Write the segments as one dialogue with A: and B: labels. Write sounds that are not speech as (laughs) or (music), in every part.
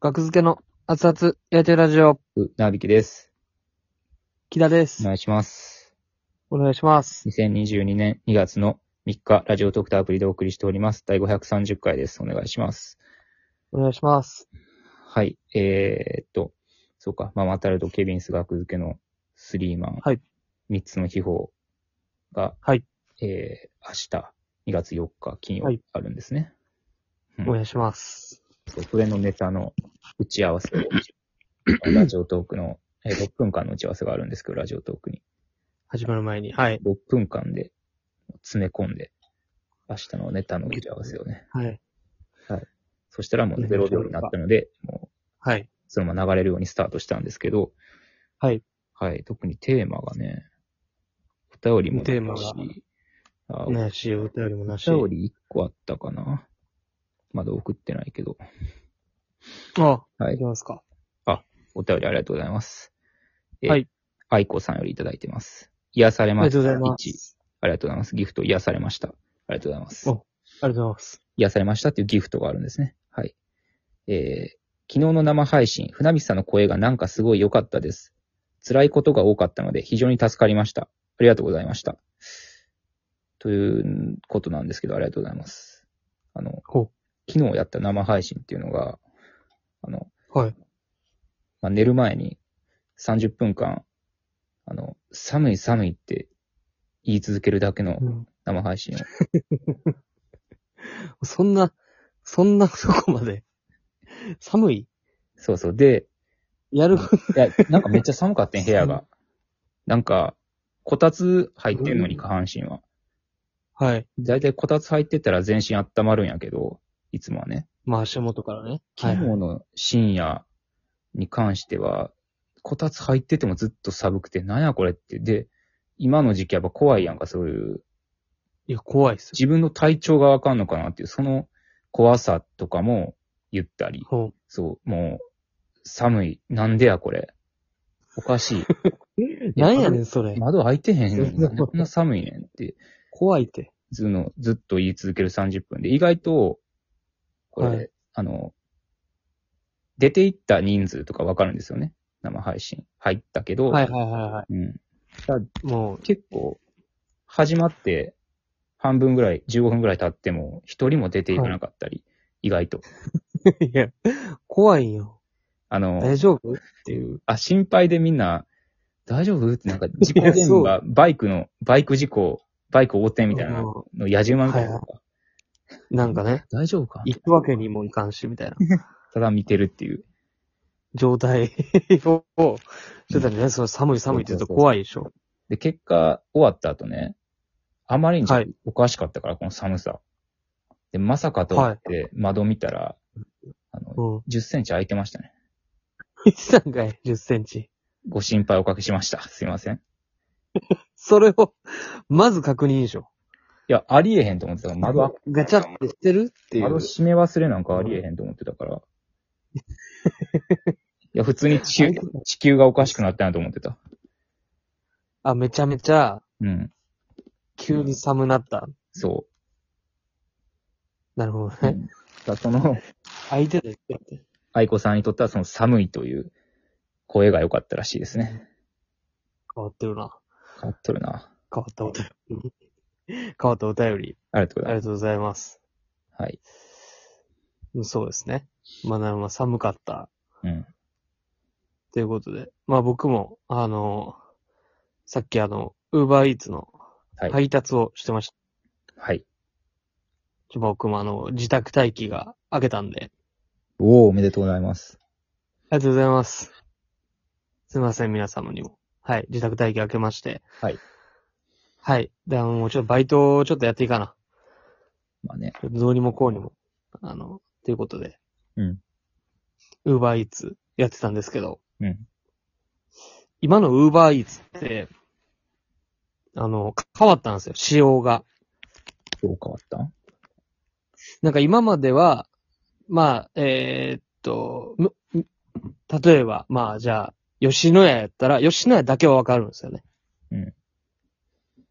A: 学付けの熱々やりとりラジオ、
B: う、なびきです。
A: 木田で
B: お
A: す。
B: 願いします。
A: お願いします。
B: 2022年2月の3日、ラジオトークターアプリでお送りしております。第530回です。お願いします。
A: お願いします。
B: はい。えー、っと、そうか。まあ、マタルとケビンス学付けのスリーマン。
A: はい。
B: 3つの秘宝が、
A: はい。
B: えー、明日、2月4日、金曜、
A: はい
B: あるんですね。うん
A: お願いします。
B: そうそれのネタの打ち合わせ。ラジオトークの、えー6分間の打ち合わせがあるんですけど、ラジオトークに。
A: 始まる前に。はい。
B: 6分間で詰め込んで、明日のネタの打ち合わせをね。
A: はい。
B: そしたらもう0秒になったので、も
A: はい。
B: うそのまま流れるようにスタートしたんですけど、
A: はい。
B: はい、特にテーマがね、お便りも
A: テーマが
B: あ
A: お願いし、お便りもなし。
B: お便り1個あったかなまだ送ってないけど。
A: あ、
B: はい
A: いきますか。
B: お便りありがとうございます。え
A: はい。
B: 愛子さんよりいただいてます。癒され
A: ありが
B: まし
A: とう
B: た。
A: ございま
B: 一
A: す。
B: ありがとうございます。ギフト癒されました。ありがとうございます。
A: おありがとうございます。
B: 癒されましたっていうギフトがあるんですね。はい。えー、昨日の生配信、船道さんの声がなんかすごい良かったです。辛いことが多かったので非常に助かりました。ありがとうございました。ということなんですけど、ありがとうございます。あの、
A: ほ
B: 昨日やった生配信っていうのが、あの、
A: う。はい。
B: まあ、寝る前に30分間、あの、寒い寒いって言い続けるだけの
A: うん
B: 生配信を
A: そんな、そんなそこまで。 (laughs) 寒い
B: そうそう。で、
A: やるこ
B: いや、なんかめっちゃ寒かったん、部屋が。なんか、こたつ入ってんのに、下半身は。
A: と。はい。
B: だいたいこたつ入ってたら全身温まるんやけど、いつもはね。
A: まあ、足元からね。は
B: 昨
A: い。
B: 日の深夜に関しては、こたつ入っててもずっと寒くて、なんやこれって。で、今の時期やっぱ怖いやんか、そういう。
A: いや、怖いっすよ。
B: 自分の体調がわかんのかなっていう、その怖さとかも言ったり。
A: ほう。
B: そう、もう、寒い。なんでやこれ。おかしい。
A: なんやねん、それ。
B: 窓開いてへんのになんでこんな寒いねんって、
A: 怖いって。
B: ずのずっと言い続ける30分で、意外と、これ、
A: はい
B: あの、出て行った人数とかわかるんですよね。生配信。入ったけど、
A: はいはいはいは
B: うん、
A: い。もう、
B: 結構、始まって半分ぐらい、15分ぐらい経っても、一人も出ていかなかったり、意外と。
A: (laughs) いや、怖いよ。
B: あの、
A: 大丈夫
B: っていう。あ、心配でみんな、大丈夫ってなんか、事故
A: いやそう
B: 現場、バイクの、バイク事故、バイク横転みたいな
A: う
B: の、野獣馬みたいなのが、
A: んなんかね、
B: 大丈夫か
A: 行くわけにもいかんし、みたいな
B: ただ見てるっていう。
A: 状 (laughs) 態を、してたんじゃないその寒い寒いって言うと怖いでしょ。
B: で、結果、終わった後ね、あまりに
A: はい
B: おかしかったから、この寒さ。で、まさかと思って、窓見たら、あの、
A: うん。
B: 10センチ空いてましたね。
A: 富士山かい、10センチ。
B: ご心配おかけしました。 (laughs) すいません。
A: それを、まず確認でしょ。
B: いや、ありえへんと思ってたから、窓開け、
A: ガチャってしてるってい
B: 窓
A: う。
B: 閉め忘れなんかありえへんと思ってた
A: (laughs)
B: から。いや、普通に地球、地球がおかしくなったなと思ってた。
A: あ、めちゃめちゃ、
B: うん。
A: 急に寒なった。
B: そ
A: なるほど
B: う。う
A: ね。
B: んだからその、
A: 相手でってって。
B: 愛子さんにとってはその寒いという声が良かったらしいですね。
A: 変わってるな。
B: 変わっとるな。
A: 変わったお便り。変わったお便り。
B: ありがとうご
A: あり
B: ざいま
A: がとうございます。
B: す。はい。
A: うんそうですね。まあ、なるほど寒かった。
B: うん。
A: ということで。まあ僕も、あの、さっきあの、ウーバーイーツの
B: はい。はい。
A: 配達をしてました。ちょ僕もあの、自宅待機が明けたんで。
B: おお、おめでとうございます。
A: ありがとうございます。すいません、皆様にも。はい、自宅待機明けまして。
B: はい。
A: はい。で、あの、もうちょっとバイトをちょっとやっていいかな。
B: まあね。
A: ちょっとどうにもこうにも。あの、ということで。
B: うん。
A: ウーバーイーツやってたんですけど。
B: うん。
A: 今のウーバーイーツって、あの、変わったんですよ、仕様が。
B: どう変わった
A: なんか今までは、まあ、えーっと、むむ例えば、まあじゃあ、吉野家やったら、吉野家だけはわかるんですよね。
B: うん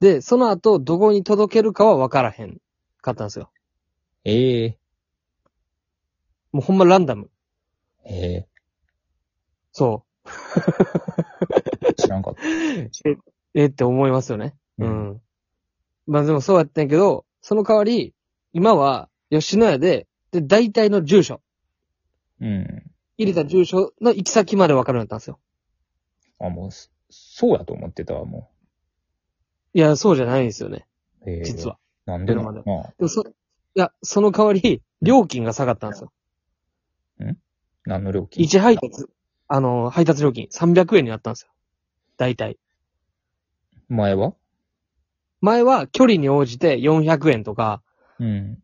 A: で、その後、どこに届けるかはわからへんかったんですよ。
B: ええ
A: もうほんまランダム。
B: え
A: そ
B: ー、知らんかった。
A: う。えって思いますよね。 (laughs) う。ん。まあでもそうやったんやけど、その代わり、今は吉野家で、で、大体の住所、
B: うん。
A: 入れた住所の行き先までわかるようになったんですよ。
B: あ、もう、そそうやと思ってたわ、も
A: いや、そうじゃないんですよね、
B: う。えー
A: 実。は。
B: なんでなのかな
A: でもそ、いや、その代わり、料金が下がったんですよ。
B: 何の料金
A: 一配達、あの、配達料金300円になったんですよ。大体。
B: 前は
A: 前は距離に応じて400円とか、
B: うん。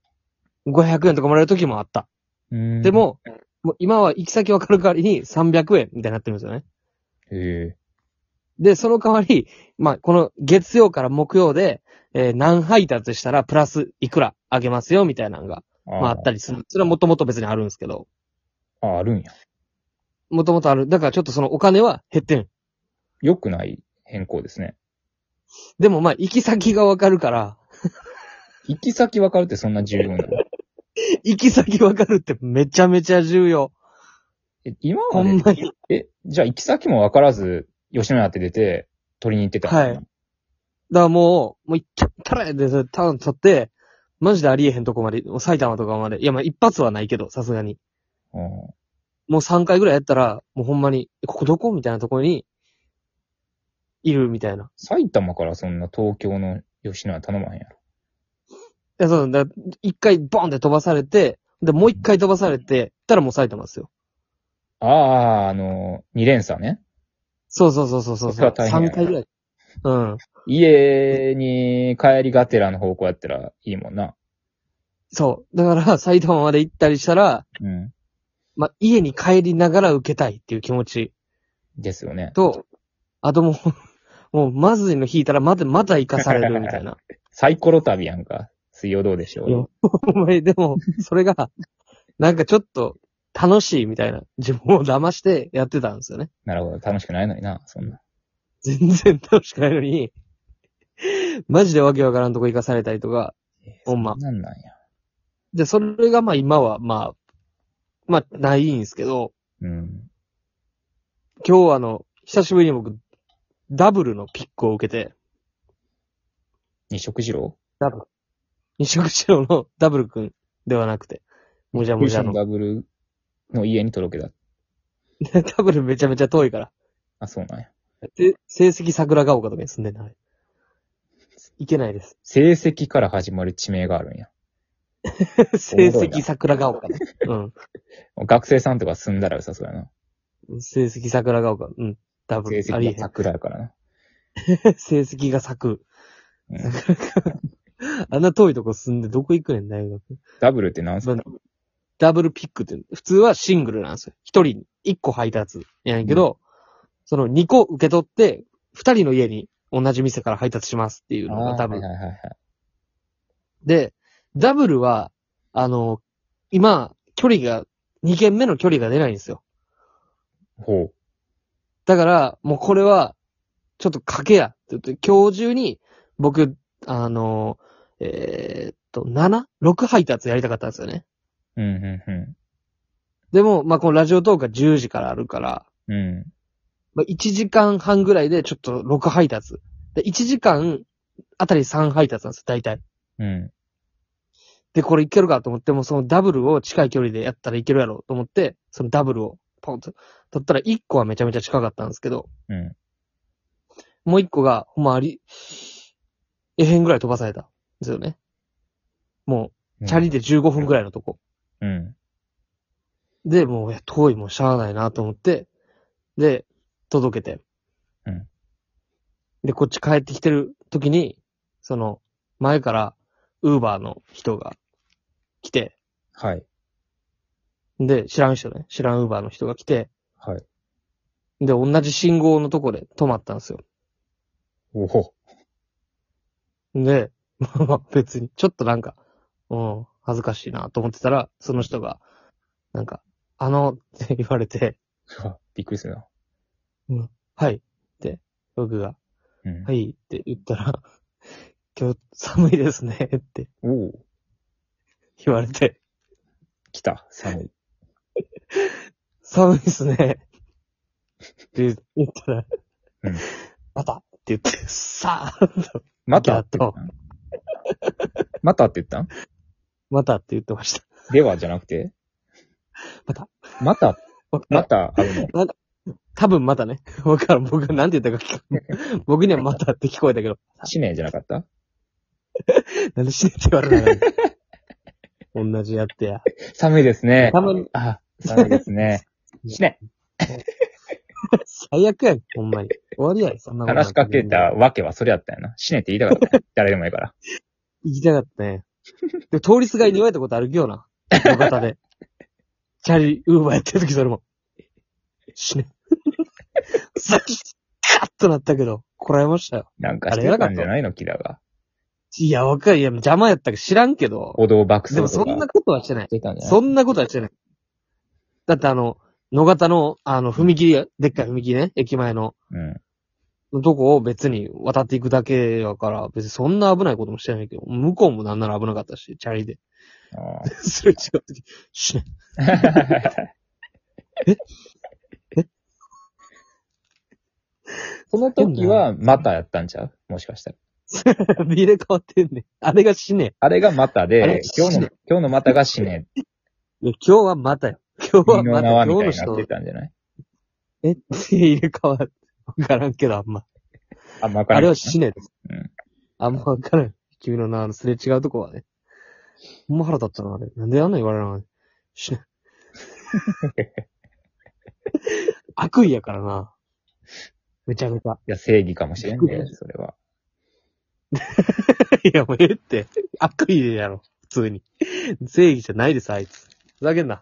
A: 500円とかもらえる時もあった。
B: うん
A: で、も、もう今は行き先わかる代わりに300円みたいになってるんですよね。
B: え
A: で、その代わり、まあ、この月曜から木曜で、えー何配達したらプラスいくらあげますよみたいなのが、
B: ー、
A: まあ、あったりする。それはもともと別にあるんですけど、
B: あーあるんや。
A: もともとある。だからちょっとそのお金は減ってる。
B: 良くない変更ですね。
A: でもまあ、行き先がわかるから、
B: 行き先分かるってそんな重要
A: (laughs)
B: なの
A: 行き先わかるってめちゃめちゃ重要。
B: え今
A: ほ
B: ま
A: ん
B: で、
A: まに。
B: え、じゃあ行き先も分からず、吉野家って出て、取りに行ってたの
A: はいだからもう、もう行っちゃったらやで、それターン取って、マジでありえへんとこまで、もう埼玉とかまで。いやまあ一発はないけど、さすがに。
B: うん
A: もう3回ぐらいやったら、もうほんまに、えここどこみたいなところに、いるみたいな。
B: 埼玉からそんな東京の吉野家頼まへんやろ。
A: いや、そうだ、一回ボンって飛ばされて、で、もう一回飛ばされて、たらもう埼玉ですよ。
B: ああ、あの、二連鎖ね。
A: そうそうそうそうそう。
B: それは大変や
A: 3
B: な
A: 回ぐらい。うん。
B: 家に帰りがてらの方向やったらいいもんな。
A: そう。だから、 (laughs) 埼玉まで行ったりしたら、
B: うん。
A: まあ、家に帰りながら受けたいっていう気持ち
B: ですよね。
A: と、あともう、 (laughs) もう、まずいの引いたら、また、また行かされるみたいな。
B: サイコロ旅やんか。水曜どうでしょ
A: いや
B: う。
A: お前、でも、それが、なんかちょっと、楽しいみたいな、自分を騙してやってたんですよね。
B: なるほど。楽しくないのにな、そんな。
A: 全然楽しくないのに、マジでわけわからんとこ行かされたりとか、ほんま
B: そなんなんや。
A: で、それがまあ今はまあ、まあないんですけど、
B: うん。
A: 今日あの、久しぶりに僕、ダブルのピックを受けて、
B: 二色二郎
A: ダブル。二色白の (laughs) ダブルくんではなくて、もじゃもじゃの。
B: ダブルの家に届けた。
A: (laughs) ダブルめちゃめちゃ遠いから。
B: あ、そうなんや。
A: で、成績桜ヶ丘とかに住んでない。いけないです。
B: 成績から始まる地名があるんや。 (laughs)
A: 成績桜ヶ丘。う
B: 学生さんとか住んだら良さそうやな。
A: ん。成績桜ヶ丘。うん。ダブ
B: 成
A: ル。ありえへ
B: 績が桜やからな。
A: ん。 (laughs) 成績が咲く。
B: うん、
A: (laughs) あんな遠いとこ住んでどこ行くねん、大学。
B: ダブルってなんすか
A: まあダブルピックって、普通はシングルなんですよ。一人に、一個配達。やねんけど、その二個受け取って、二人の家に同じ店から配達しますっていうの
B: あ
A: が
B: ー
A: ダブル。
B: はいはいはいはい。
A: で、ダブルは、あの、今、距離が、二軒目の距離が出ないんですよ。
B: ほ
A: だから、もうこれは、ちょっと賭けや。って言って、今日中に、僕、あの、えーっと、7 6配達やりたかったんですよね。
B: う。うんう
A: でも、まあ、このラジオトークが10時からあるから、
B: んうん。う
A: まあ、1時間半ぐらいでちょっと6配達。で、1時間あたり3配達なんですよ、大体。
B: ん。う
A: で、これいけるかと思って、もうそのダブルを近い距離でやったらいけるやろうと思って、そのダブルをポンと取ったら1個はめちゃめちゃ近かったんですけど、
B: ん。う
A: もう1個が、ほんまあり、えへんぐらい飛ばされたんですよね。も
B: ん。
A: う、チャリで15分ぐらいのとこ。
B: うん。
A: で、もう、いや遠いもんしゃあないなと思って、で、届けて。
B: うん
A: で、こっち帰ってきてる時に、その、前から、ウーバーの人が来て、
B: はい。
A: で、知らん人ね、知らんウーバーの人が来て、
B: はい。
A: で、同じ信号のとこで止まったんですよ。
B: お (laughs) ほ。
A: で、 (laughs) まあまあ別に、ちょっとなんか、うん、恥ずかしいなと思ってたら、その人が、なんか、あの、って言われて、
B: びっくりするな。
A: はい、って、僕が、
B: うん。。
A: はいいって言ったら、今日寒いですねって
B: おお。
A: 言われて、
B: 来た。寒い。
A: 寒いっすね。って言ったら、
B: うん
A: またって言って、さあ、
B: またって言ったん (laughs) またって言ったん
A: またって言ってました。
B: ではじゃなくて
A: (laughs) また。
B: また、
A: わか
B: またあるの。
A: 多分またね。 (laughs) わからん。僕が何て言ったか聞こ (laughs) 僕にはまたって聞こえたけど、 (laughs)
B: 使命じゃなかった
A: なんで死ねって言われないの (laughs) 同じやってや。
B: 寒いですね。
A: たまに
B: あ、寒いで
A: (laughs)
B: すね。死ね
A: 最悪やん、ほんまに。終わりやん、そんなこと
B: 話しかけた。わけはそれやったんやな。死ねって言いたかっ
A: (laughs)
B: たね。誰でもいいから。
A: 行きたかったね。でも通りすがりに言われたことあるけど
B: (laughs)
A: な。路肩で。チャリ、ウーバーやってる時それも。死ね。さっき、カッとなったけど、こらえましたよ。
B: なんかしてたんじゃないのキラが。
A: いや、わかる。いや、邪魔やったか知らんけど。
B: 歩道爆
A: でも
B: 走
A: そ
B: と
A: んな
B: か
A: ことはしてない。
B: してたんじゃない
A: そんなことはしてない。だってあの、野方の、あの、踏切、でっかい踏切ね、駅前の、
B: うん。
A: のとこを別に渡っていくだけやから、別にそんな危ないこともしてないけど、向こうもなんなら危なかったし、チャリで。 (laughs)
B: あ
A: すれ違うとき、死ね。
B: ーその (laughs) 時は、またやったんちゃうもしかしたら。
A: 入れ替わってんねん。あれが死ね。
B: あれがまた
A: あれ
B: で、今日
A: 死
B: の
A: ね、
B: 今日のまたが
A: (laughs)
B: 死ね、
A: いや今日はまたよ。今日
B: 身
A: は
B: の
A: また、
B: 縄み
A: 今
B: た
A: 日
B: い
A: の
B: にな
A: 人
B: って、たんじゃない
A: え、 (laughs) 入れ替わって、わからんけど、あんま。
B: あんまわから
A: あ
B: ん
A: れは死ねです。
B: うん
A: あんまわからん。君の名のすれ違うとこはね。ほんま腹立ったな、あれ。なんであんな言われなあかった死
B: (laughs)
A: ね。悪意やからな。めちゃめちゃ。
B: いや、正義かもしれんね、それは。
A: いや、もうええって。悪意やろ、普通に。正義じゃないです、あいつ。ふざけんな。